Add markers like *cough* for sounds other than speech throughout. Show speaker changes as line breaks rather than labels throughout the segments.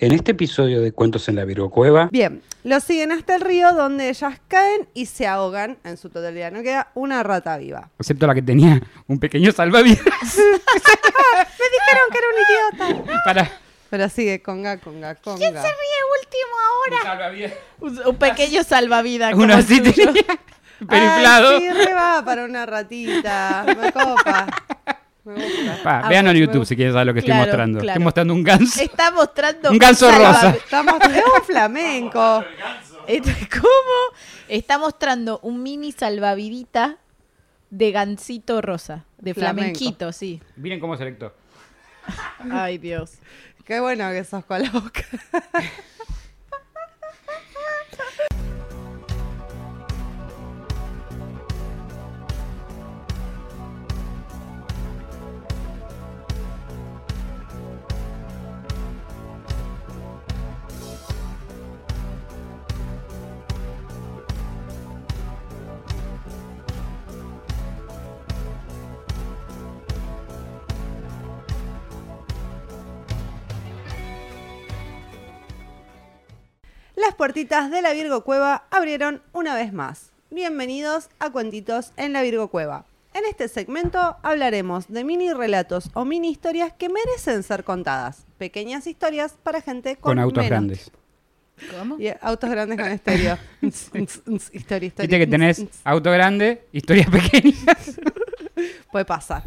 en este episodio de Cuentos en la Virgocueva.
Bien, los siguen hasta el río donde ellas caen y se ahogan en su totalidad. No queda una rata viva.
Excepto la que tenía un pequeño salvavidas. *laughs*
Me dijeron que era un idiota.
para
Pero sigue conga, conga, conga.
¿Quién se ríe último ahora?
salvavidas.
Un, un pequeño salvavidas. como
Uno
el
así
tuyo.
tenía. Periflado.
Ay, sí, re va para una ratita. Me copa. Me gusta.
Pa,
Ah,
véanlo en
me
YouTube
gusta.
si quieren saber lo que estoy
Claro,
mostrando.
claro.
Estoy mostrando un ganso.
Está mostrando.
Un ganso
salva-
rosa.
Estamos es un flamenco.
Este, ¿Cómo? Está mostrando un mini salvavidita de gansito rosa. De
Flamenco.
flamenquito, sí.
Miren cómo selectó.
Ay, Dios.
Qué bueno que sos con la boca. Las puertitas de la Virgo Cueva abrieron una vez más. Bienvenidos a Cuentitos en la Virgo Cueva. En este segmento hablaremos de mini relatos o mini historias que merecen ser contadas. Pequeñas historias para gente con,
Con, autos
menos.
grandes.
¿Cómo?
Y eh, autos grandes con estéreo.
*laughs*
*laughs* Ns, ns, ns, historia, historia.
Viste que
ns,
tenés
ns.
auto grande, *laughs* historias pequeñas.
Puede pasar.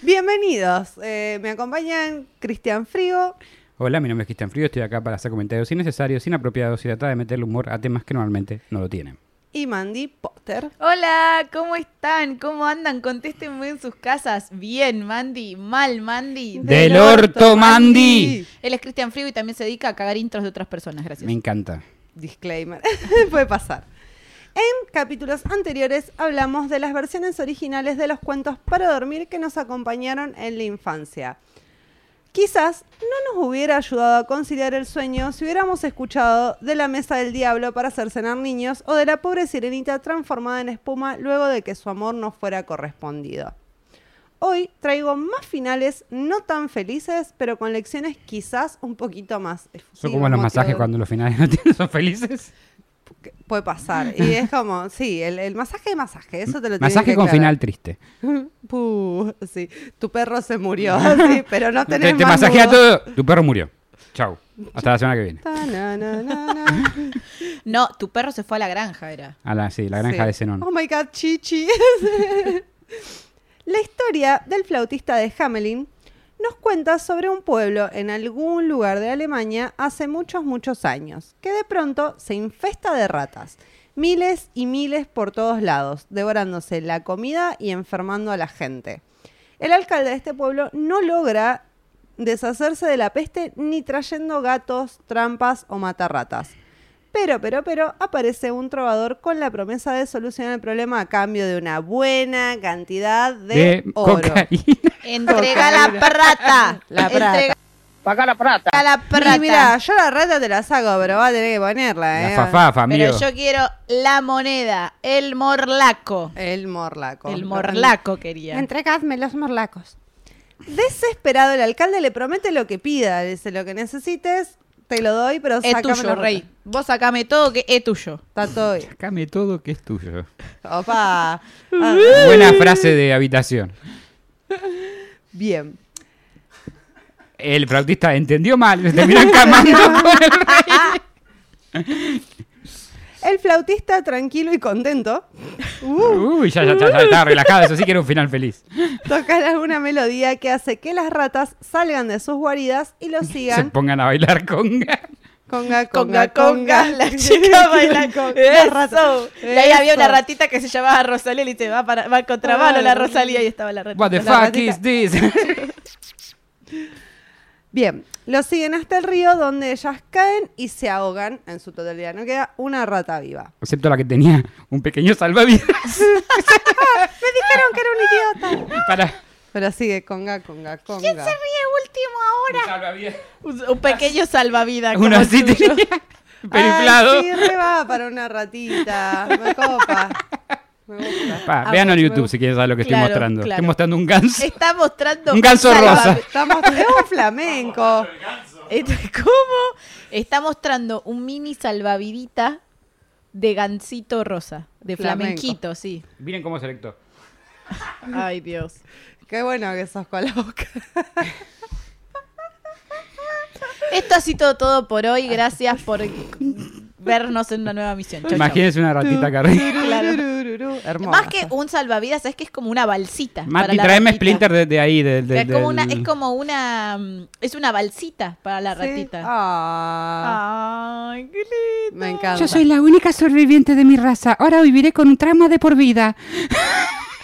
Bienvenidos. Eh, me acompañan Cristian Frigo.
Hola, mi nombre es Cristian Frío, estoy acá para hacer comentarios innecesarios, inapropiados y tratar de meterle humor a temas que normalmente no lo tienen.
Y Mandy Potter.
Hola, ¿cómo están? ¿Cómo andan? Contéstenme en sus casas. Bien, Mandy. Mal, Mandy.
De- Del orto, Mandy.
Él es Cristian Frigo y también se dedica a cagar intros de otras personas. Gracias.
Me encanta.
Disclaimer. *laughs* Puede pasar. En capítulos anteriores hablamos de las versiones originales de los cuentos para dormir que nos acompañaron en la infancia. Quizás no nos hubiera ayudado a conciliar el sueño si hubiéramos escuchado de la mesa del diablo para hacer cenar niños o de la pobre sirenita transformada en espuma luego de que su amor no fuera correspondido. Hoy traigo más finales no tan felices, pero con lecciones quizás un poquito más.
Son
efusivas,
como los masajes
motivadoras.
cuando los finales *laughs* no tienen- son felices.
que puede pasar. Y
*laughs*
es como, sí, el, el masaje de masaje, eso te lo tienen
Masaje
que
con
aclarar.
final triste.
Puh, sí, tu perro se
*laughs*
murió, sí, pero no
Te,
tenés
te
más
masajea
nudo.
todo, tu perro murió. Chau. Hasta la semana que viene.
Ta-na-na-na-na.
No, tu perro se fue a la granja, era.
A la, sí, *laughs* la granja
Sí.
de Zenón.
Oh my god, chichi. *laughs* La historia del flautista de Hamelin nos cuenta sobre un pueblo en algún lugar de Alemania hace muchos, muchos años, que de pronto se infesta de ratas, miles y miles por todos lados, devorándose la comida y enfermando a la gente. El alcalde de este pueblo no logra deshacerse de la peste ni trayendo gatos, trampas o matarratas. Pero, pero, pero, aparece un trovador con la promesa de solucionar el problema a cambio de una buena cantidad de,
de
oro.
cocaína.
Entrega la plata.
La plata.
Entrega Paga
*laughs*
la plata.
Y mira, yo la rata te la saco, pero va a tener que ponerla,
La
¿eh?
fafafa, amigo.
Pero yo quiero la moneda, el morlaco.
El morlaco.
El morlaco quería.
Entregadme los morlacos. Desesperado, el alcalde le promete lo que pida. le Dice, lo que necesites, te lo doy, pero
es
sácame la
tuyo,
rata".
rey. Vos sacame todo que es tuyo.
Está todo bien.
Sacame todo que es tuyo.
*laughs*
Opa. Ah,
Buena frase de habitación.
bien.
El flautista entendió mal, se
*laughs*
terminan camando con el rey.
El flautista, tranquilo y contento, uh,
Uy, ya, ya, ya, ya estaba relajado, eso sí que era un final feliz.
tocará una melodía que hace que las ratas salgan de sus guaridas y lo
Se
sigan.
pongan a bailar
*laughs*
con
Conga,
Conga, conga,
*laughs*
la chica baila.
Las ratas.
Eso. Y ahí había una
Eso.
ratita que se llamaba Rosalía y le dice, va, para, va al contrabalo la Rosalía y estaba la ratita.
What the
La
fuck
ratita.
is this? *laughs*
Bien, lo siguen hasta el río donde ellas caen y se ahogan en su totalidad. No queda una rata viva.
Excepto la que tenía un pequeño
*laughs*
salvavidas.
Me dijeron que era un idiota.
Para.
Pero sigue, conga, conga, conga.
¿Quién se ríe último ahora?
Salvavidas.
Un, un pequeño salvavidas. como
Uno
el
así
tuyo.
tenía. Periflado.
Ay, sí, re va para una ratita. Me copa. Me gusta.
Pa,
Ah,
vean en
me
YouTube
gusta.
si quieren saber lo que estoy
Claro,
mostrando.
claro.
Estoy mostrando un ganso.
Está mostrando
Un ganso
salvavi-
rosa.
Estamos, es un flamenco.
Esto- ¿Cómo? Está mostrando un mini salvavidita de gancito rosa. De
Flamenco.
flamenquito, sí.
Miren cómo selectó.
Ay, Dios.
Qué bueno que sos con la boca.
Esto ha sido todo por hoy. Gracias por vernos en una nueva misión. Chau, chau.
Imagínense una ratita acá arriba.
Claro.
Tururururu. Hermoso.
Más que un salvavidas, es que es como una balsita. *laughs* para
Mati,
la
tráeme
ratita.
Splinter de, de ahí, de,
O sea,
de-
como una-
del-
es como una. mm, Es una balsita para la
Sí.
ratita.
Ah,
Ay, qué lindo.
me encanta.
Yo soy la única sobreviviente de mi raza. Ahora viviré con un trauma de por vida.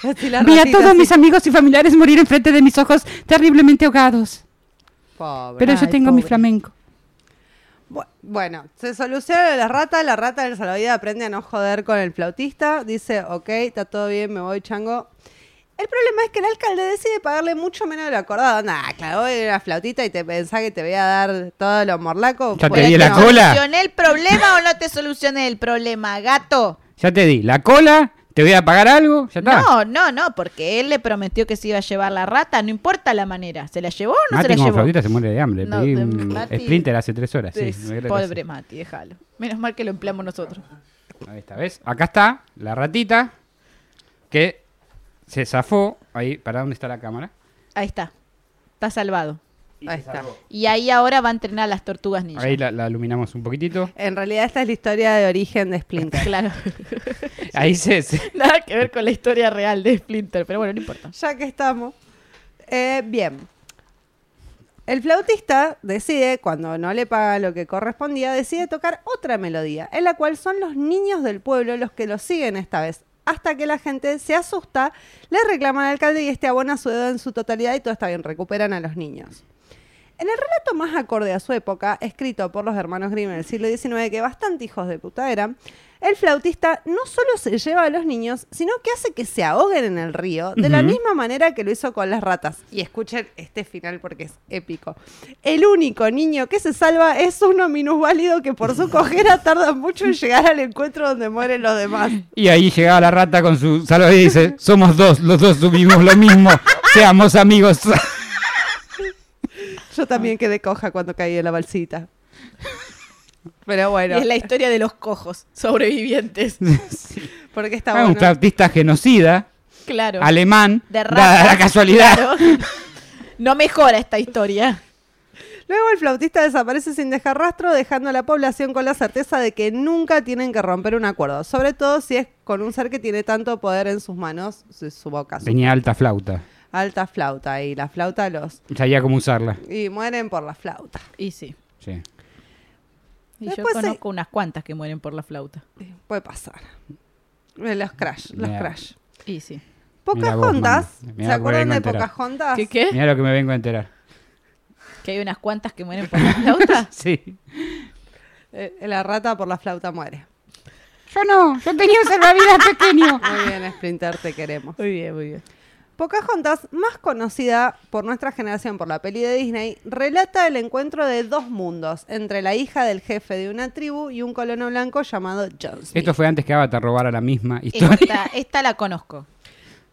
Así la
Vi a
ratita,
todos
así.
mis amigos y familiares morir enfrente de mis ojos, terriblemente ahogados.
Pobre.
Pero yo
Ay,
tengo mi
pobre.
flamenco.
Bu- Bueno, se soluciona la rata, la rata del salvavidas aprende a no joder con el flautista, dice, ok, está todo bien, me voy, chango. El problema es que el alcalde decide pagarle mucho menos de lo acordado. Nah, claro, voy a una flautita y te pensás que te voy a dar todo lo morlaco.
Ya te
Pues
di la
no.
cola.
¿Solucioné el problema o no te solucioné el problema, gato?
Ya te di, la cola, te voy a pagar algo, ya está.
No, no, no, porque él le prometió que se iba a llevar la rata, no importa la manera. ¿Se la llevó o no
Mati
se la
como
llevó?
flautita se muere de hambre.
No,
Pedí
de-
un
Mati-
Splinter hace tres horas. sí,
Es-
no era
pobre Mati, déjalo. Menos mal que lo empleamos nosotros.
Ahí está, ¿ves? Acá está la ratita que se zafó. Ahí, ¿para dónde está la cámara?
Ahí está. Está salvado.
Ahí está.
Y ahí ahora va a entrenar a las tortugas ninja.
Ahí la, la iluminamos un
*laughs*
poquitito.
En realidad esta es la historia de origen de Splinter.
Claro. *laughs*
Ahí se, se-
Nada que ver con la historia real de Splinter, pero bueno, no importa.
ya que estamos. Eh, bien. El flautista decide, cuando no le paga lo que correspondía, decide tocar otra melodía, en la cual son los niños del pueblo los que lo siguen esta vez, hasta que la gente se asusta, le reclama al alcalde y este abona su dedo en su totalidad y todo está bien, recuperan a los niños. En el relato más acorde a su época, escrito por los hermanos Grimm en el siglo XIX, que bastante hijos de puta eran, el flautista no solo se lleva a los niños, sino que hace que se ahoguen en el río, de la
Ujú.
misma manera que lo hizo con las ratas. Y escuchen este final porque es épico. El único niño que se salva es uno minusválido que por su cojera tarda mucho en llegar al encuentro donde mueren los demás.
Y ahí llegaba la rata con su salud y dice, somos dos, los dos subimos lo
*laughs*
mismo, seamos amigos.
Yo también quedé coja cuando caí de la balsita. Pero bueno,
Es la historia de los cojos
*laughs*
sobrevivientes.
porque está
Ah, *laughs* Un
bueno.
artista genocida,
Claro.
alemán,
De ratas,
dada la casualidad.
*laughs* claro. No mejora esta historia.
Luego el flautista desaparece sin dejar rastro, dejando a la población con la certeza de que nunca tienen que romper un acuerdo, sobre todo si es con un ser que tiene tanto poder en sus manos, su, su boca, su
Tenía alta flauta,
alta flauta y la flauta los
sabía cómo usarla.
y mueren por la flauta.
Y sí.
Sí.
Y
Después
yo
se-
conozco unas cuantas que mueren por la flauta.
Eh, Puede pasar. Eh, Los crash, los
Mirá.
crash.
Y sí.
Mirá vos,
Pocahontas,
mami. Mirá
¿se
lo que me
acuerdan
vengo a
de
enterar.
Pocahontas?
¿Qué qué?
Mira lo que me vengo a enterar.
Que hay unas cuantas que mueren por la flauta.
Sí.
Eh, la rata por la flauta muere.
Yo no, yo tenía un salvavidas
*laughs*
pequeño.
Muy bien, Splinter, te queremos.
*laughs* Ah. muy bien, muy bien.
Pocahontas, más conocida por nuestra generación por la peli de Disney, relata el encuentro de dos mundos entre la hija del jefe de una tribu y un colono blanco llamado John Smith.
Esto fue antes que Avatar robara la misma *laughs* historia.
Esta, esta la conozco.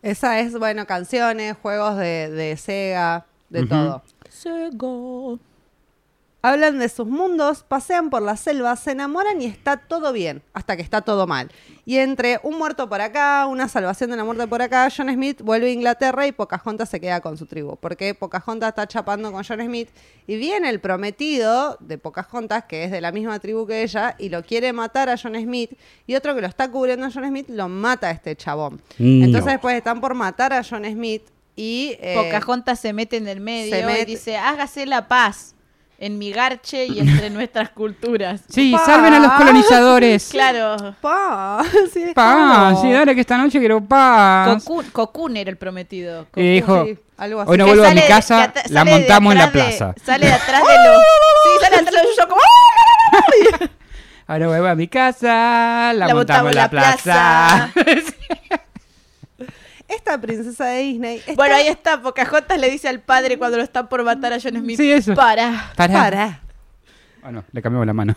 Esa es, bueno, canciones, juegos de, de Sega, de
Ujú.
todo.
Sego.
Hablan de sus mundos, pasean por la selva, se enamoran y está todo bien, hasta que está todo mal. Y entre un muerto por acá, una salvación de la muerte por acá, John Smith vuelve a Inglaterra y Pocahontas se queda con su tribu. Porque Pocahontas está chapando con John Smith y viene el prometido de Pocahontas, que es de la misma tribu que ella, y lo quiere matar a John Smith. Y otro que lo está cubriendo a John Smith lo mata a este chabón.
No.
Entonces después están por matar a John Smith y... eh,
Pocahontas se mete en el medio
se
y
mete-
dice, hágase la paz en mi garche
*laughs*
y entre nuestras culturas.
Sí,
Paz.
salven a los colonizadores.
Claro.
Pa, *laughs* sí,
Paz,
dejalo.
Ah, sí, dale que esta noche quiero paz.
Cocoon, Cocoon era el prometido.
Y dijo,
Sí, algo así.
hoy no
Que
vuelvo a mi
sale de- que
casa,
atra-
la
sale de
montamos en la
atrás de-
plaza.
sale de atrás de los... Sí, sale de atrás de los... yo como, "Ah",
Ahora vuelvo a mi casa, la, montamos en la plaza. *laughs*
Esta princesa de Disney está
Bueno, ahí está, Pocahontas le dice al padre cuando lo están por matar a John Smith.
Sí, eso.
Para.
Pará.
para.
Ah, no, le cambiamos la mano.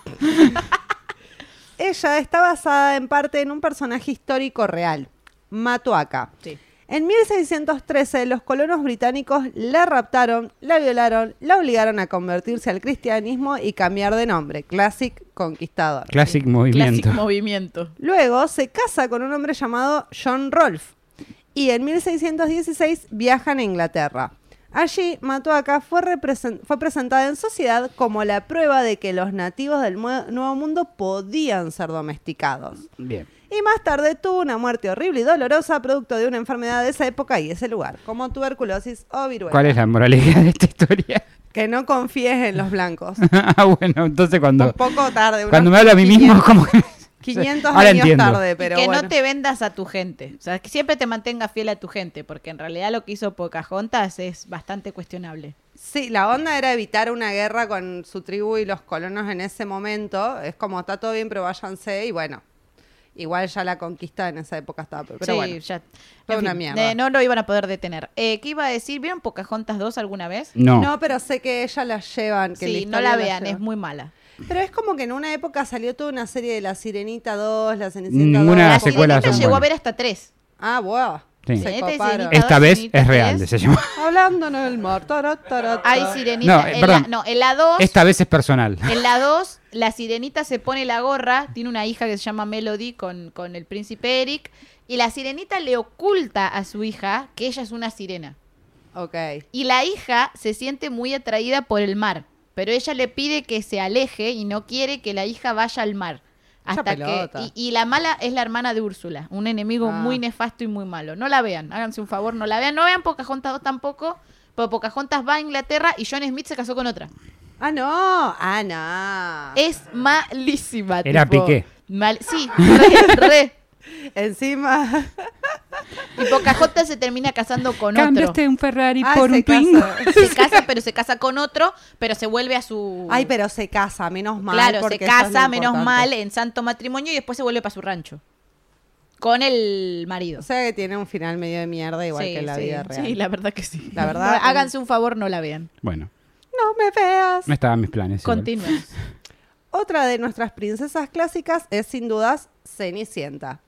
Ella está basada en parte en un personaje histórico real, Matuaca.
Sí.
En 1613 los colonos británicos la raptaron, la violaron, la obligaron a convertirse al cristianismo y cambiar de nombre, Classic Conquistador.
Classic movimiento.
Clásico movimiento.
Luego se casa con un hombre llamado John Rolfe y en 1616 viajan a Inglaterra. Allí, Matuaca fue, represen- fue presentada en sociedad como la prueba de que los nativos del mue- Nuevo Mundo podían ser domesticados.
Bien.
Y más tarde tuvo una muerte horrible y dolorosa producto de una enfermedad de esa época y ese lugar, como tuberculosis o viruela.
¿Cuál es la moraleja de esta historia? *laughs*
Que no confíes en los blancos.
ah, bueno, entonces
Un
cuando,
poco tarde. unos
cuando me hablo a mí mismo, es como que.
500
Ahora
años
entiendo.
tarde, pero
y que
bueno.
no te vendas a tu gente. O sea, que siempre te mantengas fiel a tu gente, porque en realidad lo que hizo Pocahontas es bastante cuestionable.
Sí, la onda era evitar una guerra con su tribu y los colonos en ese momento. Es como, está todo bien, pero váyanse. Y bueno, igual ya la conquista en esa época estaba. Pero
sí,
bueno,
ya.
Fue
En
una
fin,
mierda.
eh, no lo iban a poder detener. Eh, ¿Qué iba a decir? ¿Vieron Pocahontas 2 alguna vez?
No.
no. pero sé que ella la llevan. Que
sí, no
historia
la vean,
llevan.
es muy mala.
Pero es como que en una época salió toda una serie de La Sirenita 2, La Cenicienta
Ninguna de
2.
las
como-
Ah, secuelas
Sirenita
son
llegó a
buenas.
ver hasta 3.
Ah, wow.
Sí.
Se
Sirenita y
coparon.
Sirenita.
Esta vez es
¿Es?
real, se llama.
Hablando en el mar. tarot, tarot,
Hay
tarot.
sirenita.
No, eh,
en
perdón.
la, no, en la 2.
Esta vez es personal.
En la 2, la sirenita se pone la gorra, tiene una hija que se llama Melody con, con el príncipe Eric, y la sirenita le oculta a su hija que ella es una sirena.
Ok.
Y la hija se siente muy atraída por el mar, pero ella le pide que se aleje y no quiere que la hija vaya al mar.
Mucha
Hasta que,
pelota.
y, y la mala es la hermana de Úrsula, un enemigo
Ah.
muy nefasto y muy malo. No la vean, háganse un favor, no la vean. No vean Pocahontas 2 tampoco, porque Pocahontas va a Inglaterra y John Smith se casó con otra.
Ah, no. Ah, no.
Es malísima.
Era
tipo,
Piqué.
mal- sí,
*laughs*
re, re.
Encima.
Y Pocahontas se termina casando con
Cambiaste un Ferrari
Ah,
por
se
un
*laughs*
Twingo.
casa.
otro. Se casa, pero se casa con otro, pero se vuelve a su...
Ay, pero se casa, menos mal.
claro,
porque
se
eso es lo
casa, menos
importante.
mal, en santo matrimonio y después se vuelve para su rancho. Con el marido.
O sea que tiene un final medio de mierda, igual que la
sí,
vida real.
Sí, la verdad que sí.
La verdad- eh.
Háganse un favor, no la vean.
Bueno,
No me veas.
no estaban mis planes. igual.
*laughs*
Continuemos.
Otra de nuestras princesas clásicas es sin dudas Cenicienta.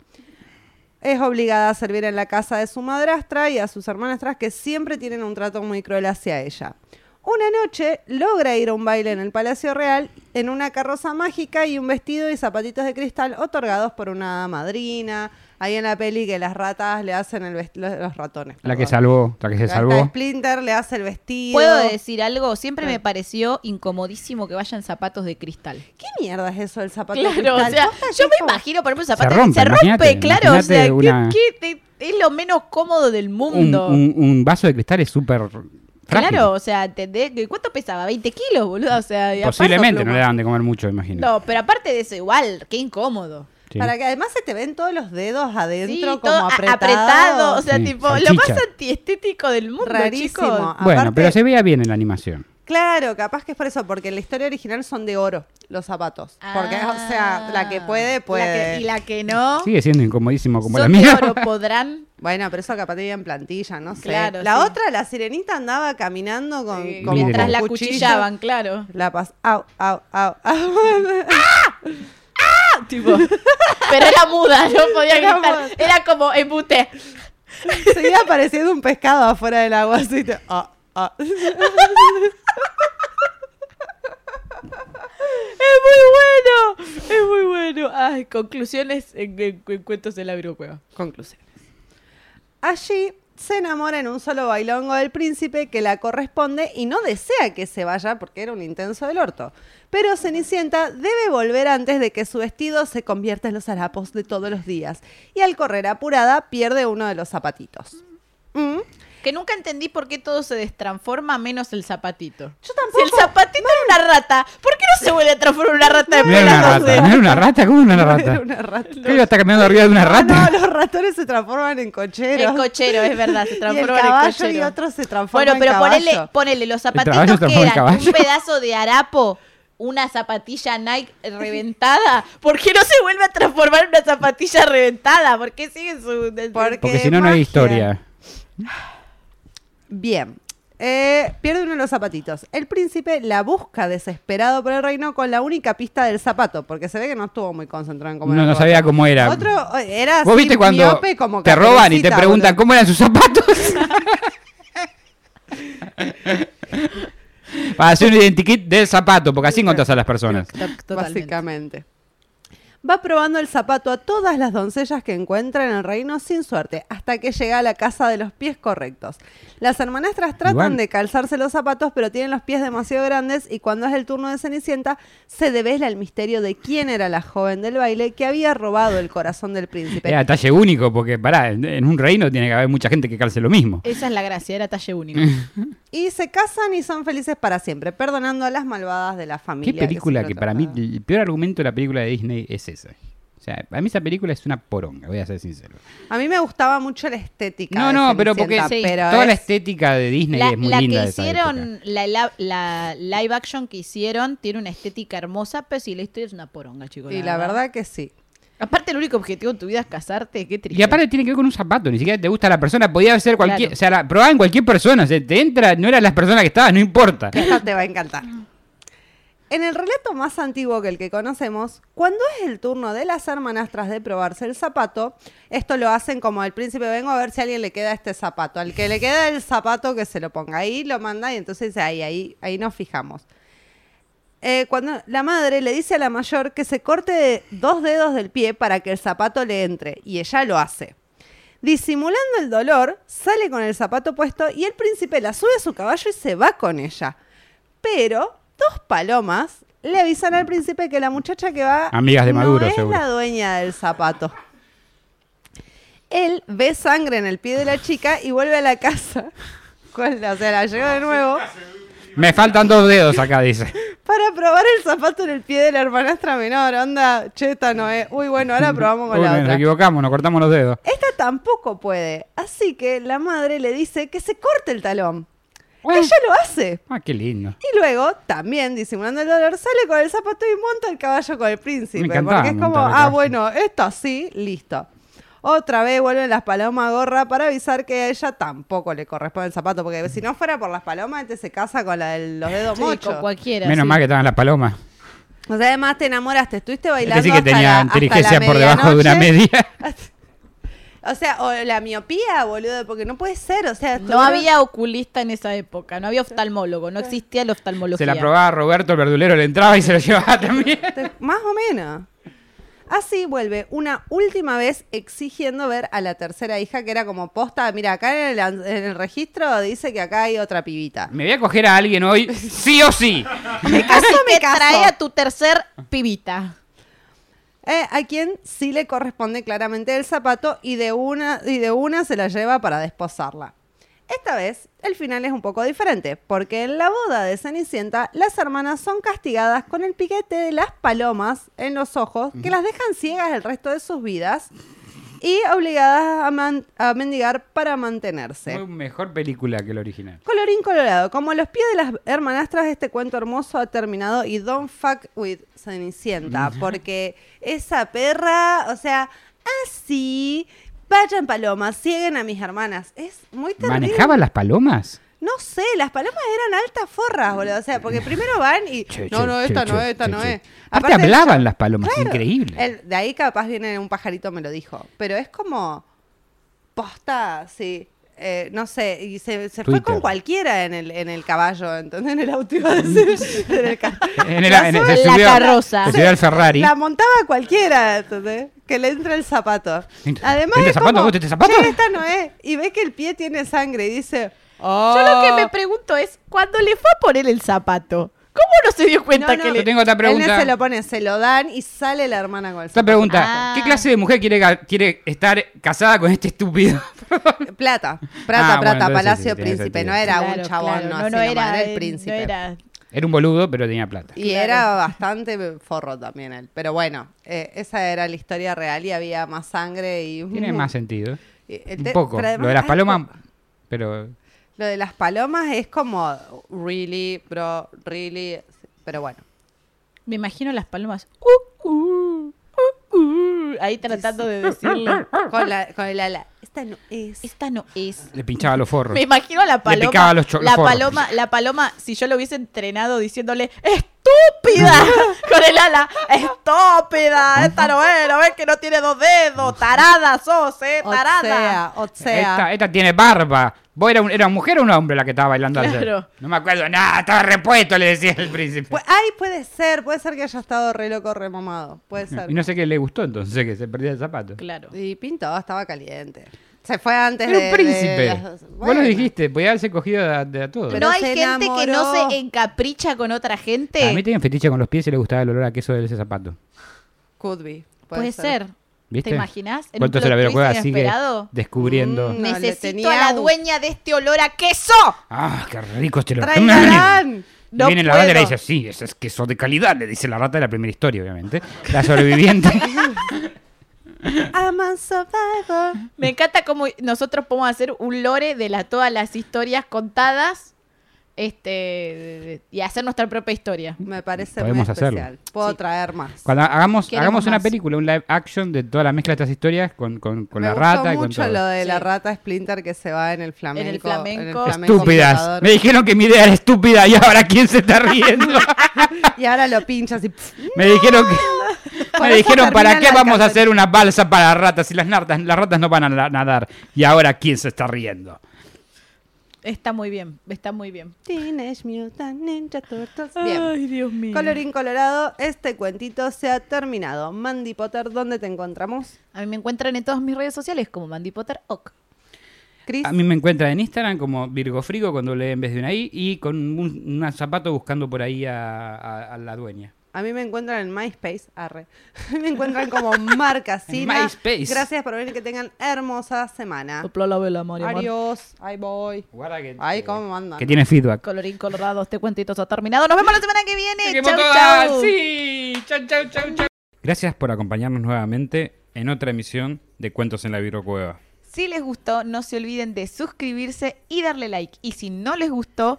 Es obligada a servir en la casa de su madrastra y a sus hermanastras que siempre tienen un trato muy cruel hacia ella. Una noche logra ir a un baile en el Palacio Real en una carroza mágica y un vestido y zapatitos de cristal otorgados por una hada madrina. Ahí en la peli que las ratas le hacen el vest- los, los ratones.
La que
perdón.
salvó, la que se
Ahí está,
salvó.
Splinter le hace el vestido.
¿Puedo decir algo? Siempre
Sí.
me pareció incomodísimo que vayan zapatos de cristal.
¿Qué mierda es eso del zapato de
Claro, o
cristal?
sea,
Posta,
yo me
tipo,
imagino, por ejemplo, un zapato
rompe,
se
imagínate,
rompe, claro, o sea,
imagínate
¿qué-
una-
qué te- es lo menos cómodo del
Un,
mundo.
un- un vaso de cristal es súper frágil.
Claro, o sea, ¿entendés? ¿Y ¿Cuánto pesaba? ¿20 kilos, boludo? O sea, y a paso
Posiblemente no
pluma.
le daban de comer mucho, imagino.
No, pero aparte de eso, igual, qué incómodo.
Sí.
Para que además se te ven todos los dedos adentro,
Sí,
como
todo a-
apretado.
apretado, o sea,
Sí,
tipo, lo
salchicha.
más antiestético del mundo,
Rarísimo.
chicos.
Bueno,
aparte-
pero se veía bien en la animación.
Claro, capaz que es por eso, porque en la historia original son de oro los zapatos. Porque, o sea, la que puede, puede.
Ah, La que- y la que no,
Sigue siendo incomodísimo como la
son
mía.
de
*laughs*
oro, podrán.
Bueno, pero eso capaz tenía en plantilla, no sé.
Claro,
la
sí.
otra, la sirenita andaba caminando *laughs* con,
eh,
como
mientras
con
la
cuchillo.
cuchillaban, claro.
La pas... Au, au, au, au. *laughs*
Tipo, *laughs* pero era muda, no podía
Era
gritar.
muda.
Era como embute.
Seguía apareciendo un pescado afuera del agua, así. te- ah, ah.
Es muy bueno, es muy bueno. Ay, conclusiones en, en- en cuentos de la Virocueva.
Conclusiones. Allí se enamora en un solo bailongo del príncipe que la corresponde y no desea que se vaya porque era un intenso del orto. Pero Cenicienta debe volver antes de que su vestido se convierta en los harapos de todos los días y al correr apurada pierde uno de los zapatitos. Mm.
Que nunca entendí por qué todo se destransforma menos el zapatito.
Yo
*laughs* Si el
tampoco.
zapatito era una rata, ¿por qué no se vuelve a transformar en una rata
No era
después de
una
las
rata,
12?
no era una rata, ¿cómo era una
Era *laughs*
rata?
una rata.
¿Qué iba a estar caminando arriba de una
Ah,
rata?
no, los ratones se transforman en cocheros.
El cochero, es verdad, *laughs* se
y el
transforma en el
caballo
cochero.
y otros se transforman
bueno, pero
en caballo.
ponele, ponele los
caballo
zapatitos
se
que
transforma en
eran un
caballo.
pedazo de harapo, una zapatilla Nike reventada. ¿Por qué no se vuelve a transformar en una zapatilla reventada? ¿Por qué sigue su...?
Porque-
Porque si no, no
magia.
hay historia.
Bien. Eh, pierde uno de los zapatitos. El príncipe la busca desesperado por el reino con la única pista del zapato, porque se ve que no estuvo muy concentrado en cómo
no,
era
no
el
sabía
zapato.
cómo era.
Otro eh, era
Vos
así,
viste cuando
miope como
te roban y te
Caperucita,
preguntan
boludo.
cómo eran sus
*laughs*
zapatos. Para hacer un identikit del zapato, porque así encontrás a las personas.
Toc- totalmente.
Básicamente. Va probando el zapato a todas las doncellas que encuentra en el reino sin suerte, hasta que llega a la casa de los pies correctos. Las hermanastras tratan
Igual.
de calzarse los zapatos, pero tienen los pies demasiado grandes y cuando es el turno de Cenicienta, se devela el misterio de quién era la joven del baile que había robado el corazón del príncipe.
Era Eh, talle único, porque pará, en- en un reino tiene que haber mucha gente que calce lo mismo.
Esa es la gracia, era talle
*laughs*
único.
Y se casan y son felices para siempre, perdonando a las malvadas de la familia.
Qué película
siempre
que para mí
trataron.
el peor argumento de la película de Disney es esa. O sea, para mí esa película es una poronga, voy a ser sincero.
A mí me gustaba mucho la estética.
No,
de
no, pero porque
Cenicienta,
sí,
pero
Toda la
es-
estética de Disney
La,
es muy
la
linda.
que
de esa época.
hicieron, la, la- la live action que hicieron, tiene una estética hermosa, pero si la historia es una poronga, chicos.
Y la verdad que sí.
Aparte, el único objetivo de tu vida es casarte, qué triste.
Y aparte tiene que ver con un zapato, ni siquiera te gusta la persona, podía ser cualquier,
Claro.
o sea, la, probaba en cualquier persona, se te entra, no era las personas que estabas, no importa. *laughs*
Esta te va a encantar. En el relato más antiguo que el que conocemos, cuando es el turno de las hermanastras de probarse el zapato, esto lo hacen como el príncipe, vengo a ver si a alguien le queda este zapato. Al que le queda el zapato, que se lo ponga ahí, lo manda y entonces ahí, ahí, ahí nos fijamos. Eh, cuando la madre le dice a la mayor que se corte dos dedos del pie para que el zapato le entre, y ella lo hace. Disimulando el dolor, sale con el zapato puesto y el príncipe la sube a su caballo y se va con ella. Pero dos palomas le avisan al príncipe que la muchacha que va
Amigas de Maduro,
no es
seguro.
la dueña del zapato. Él ve sangre en el pie de la chica y vuelve a la casa. *laughs* Con la- o sea, la lleva de nuevo
Me faltan dos dedos acá,
*laughs*
dice.
para probar el zapato en el pie de la hermanastra menor. Onda, cheta, no es. Uy, bueno, ahora probamos con
Uy,
la
nos
otra.
equivocamos, nos cortamos los
*laughs*
dedos.
Esta tampoco puede. Así que la madre le dice que se corte el talón.
Bueno.
Ella lo hace.
Ah, qué lindo.
Y luego, también disimulando el dolor, sale con el zapato y monta el caballo con el príncipe.
Me encantaba
porque es como,
montar el
ah,
caballo.
bueno, esto así, listo. Otra vez vuelven las palomas gorra para avisar que a ella tampoco le corresponde el zapato, porque si no fuera por las palomas, este se casa con la de los dedos
Sí,
mochos.
con cualquiera.
Menos
sí.
mal que estaban las palomas.
O sea, además te enamoraste, estuviste bailando.
Es que sí que
hasta la-
tenía
hasta
inteligencia
la
por debajo de una
medianoche.
media.
O sea, o la miopía, boludo, porque no puede ser. O sea,
No
estuvieron-
había oculista en esa época, no había oftalmólogo, no existía la oftalmología.
Se la probaba Roberto, el verdulero le entraba y se lo *laughs* llevaba también.
Te- Más o menos. Así vuelve una última vez exigiendo ver a la tercera hija, que era como posta. Mira, acá en el, an- en el registro dice que acá hay otra pibita.
Me voy a coger a alguien hoy, sí o
*laughs*
sí.
Me caso,
Te
me caso.
trae a tu tercer pibita.
Eh, a quien sí le corresponde claramente el zapato y de una, y de una se la lleva para desposarla. Esta vez el final es un poco diferente, porque en la boda de Cenicienta las hermanas son castigadas con el piquete de las palomas en los ojos que las dejan ciegas el resto de sus vidas y obligadas a, man- a mendigar para mantenerse.
Fue mejor película que la original.
Colorín colorado, como los pies de las hermanastras, este cuento hermoso ha terminado y don't fuck with Cenicienta, porque esa perra, o sea, así, vayan palomas, siguen a mis hermanas. Es muy terrible.
¿Manejaba las palomas?
No sé, las palomas eran altas forras, boludo. O sea, porque primero van y.
Che,
no,
che,
no,
che,
esta no
che,
es, esta
che,
no
che.
es.
Aparte
Aparte,
hablaban
yo-
las palomas,
Claro,
increíble.
el- de ahí capaz viene un pajarito, me lo dijo. Pero es como. Posta, sí. Eh, no sé, y se, se fue
Twitter.
con cualquiera en el, en el caballo, entonces en el auto iba a
*laughs*
decir. *laughs* en el ca-
En el-
La
en el-
sube-
se
la
subió-
carroza.
Se subió al Ferrari.
la montaba cualquiera, ¿entendés? Que le entra el zapato.
Entra-
Además,
¿entra
es
zapato?
como,
¿Vos tenés zapato?
"Che, esta no es. Y ve que el pie tiene sangre y dice.
Yo lo
Oh,
que
"Ah".
me pregunto es, cuando le fue a poner el zapato, ¿cómo no se dio cuenta
No,
que
no,
Yo
le...
tengo otra
Él
pregunta.
se lo pone, se lo dan y sale la hermana con el
Esta pregunta,
Ah.
¿qué clase de mujer quiere, ga- quiere estar casada con este estúpido?
zapato. Plata, plata,
Ah, bueno,
plata,
entonces sí,
Palacio
sí, tiene
Príncipe.
sentido.
No era
Claro,
un chabón,
claro,
no, así nomás, era, el príncipe.
no era-
*laughs* Era un boludo, pero tenía plata.
Y
Claro.
era bastante forro también él. Pero bueno, eh, esa era la historia real y había más sangre y...
Tiene más sentido.
Y el
Un
te-
poco.
Este, pero además
Lo de las
hay
palomas,
po-
pero...
Lo de las palomas es como, really, bro, really... Pero bueno.
Me imagino las palomas. "Uh, uh, uh, uh", ahí tratando de decirle. *laughs*
Con la... Con el ala, Esta no es.
Esta no es.
Le pinchaba los forros.
Me imagino a la paloma.
picaba los cho- los
la
forros.
paloma, la paloma, si yo lo hubiese entrenado diciéndole
*laughs*
¡Estúpida! con el ala, ¡estúpida! Esta no es, no ves que no tiene dos dedos, tarada sos, eh,
O
tarada.
sea, o
Esta,
sea.
esta tiene barba. ¿Vos era, un- era mujer o un hombre la que estaba bailando ayer?
Claro.
No me acuerdo nada, estaba repuesto, le decía el príncipe.
Pu- Ay, puede ser, puede ser que haya estado re loco, remamado. Puede ser.
y no sé qué le gustó entonces, que se perdía el zapato.
Claro.
Y pintó, estaba caliente. Se fue antes
Era
de.
un príncipe.
de las-
Vos
Bueno.
lo dijiste, podía haberse cogido de, a- de a todos.
Pero
no hay
se
gente que no
enamoró.
se encapricha con otra gente.
A mí tenía un fetiche con los pies y le gustaba el olor a queso de ese zapato.
Could be.
Puede ser.
¿Viste?
¿Te imaginas? En un
¿Cuánto se la
plot twist
Cueva sigue
inesperado.
descubriendo?
Mm. No, le
Necesito
tenía
a la
un-
dueña de este olor a queso.
¡Ah, qué rico este olor! *laughs*
¡Traitarán!
Y
No
viene la rata y le
puedo.
dice, sí, ese es queso de calidad, le dice la rata de la primera historia, obviamente. La
*laughs*
sobreviviente.
I'm a survivor.
Me encanta cómo nosotros podemos hacer un lore de la- todas las historias contadas este de- de- y hacer nuestra propia historia.
Me parece
Podemos
muy
hacerlo.
especial. Puedo
Sí.
traer más.
Cuando hagamos,
Queremos
hagamos una
más.
película, un live action de toda la mezcla de estas historias con, con, con
Me
la
gustó
rata y con
mucho
todo.
lo de la
Sí.
rata Splinter que se va en el flamenco.
flamenco.
Estúpidas.
volador.
Me dijeron que mi idea era estúpida y ahora quién se está riendo.
Y ahora lo pinchas y... pff.
me dijeron que...
*laughs* Por
Me
eso
dijeron, ¿para
termina
qué
la
vamos a
canción".
hacer una balsa para ratas si las, nartas, las ratas no van a la- nadar? Y ahora, ¿quién se está riendo?
Está muy bien, está muy bien.
Teenage Mutant Ninja Turtles.
Bien.
Bien.
Dios mío.
Colorín colorado, este cuentito se ha terminado. Mandy Potter, ¿dónde te encontramos?
A mí me encuentran en todas mis redes sociales como Mandy Potter Oc.
Chris.
A mí me encuentran en Instagram como Virgofrigo con doble E en vez de una I y con un, un zapato buscando por ahí a, a- a la dueña.
A mí me encuentran en MySpace, arre. *laughs* me encuentran como Marcasina.
En MySpace.
Gracias por venir, que tengan hermosa semana.
Ah. Sopla la vela, María.
Adiós. Ahí voy.
eh,
Ay, cómo me mandan.
Que tiene feedback.
Colorín colorado, este cuentito se ha terminado. Nos vemos la semana que viene.
Seguimos
Chau,
todas.
chau.
Sí. Chau, chau, chau, chau. Gracias por acompañarnos nuevamente en otra emisión de Cuentos en la Virgocueva.
Si les gustó, no se olviden de suscribirse y darle like. Y si no les gustó,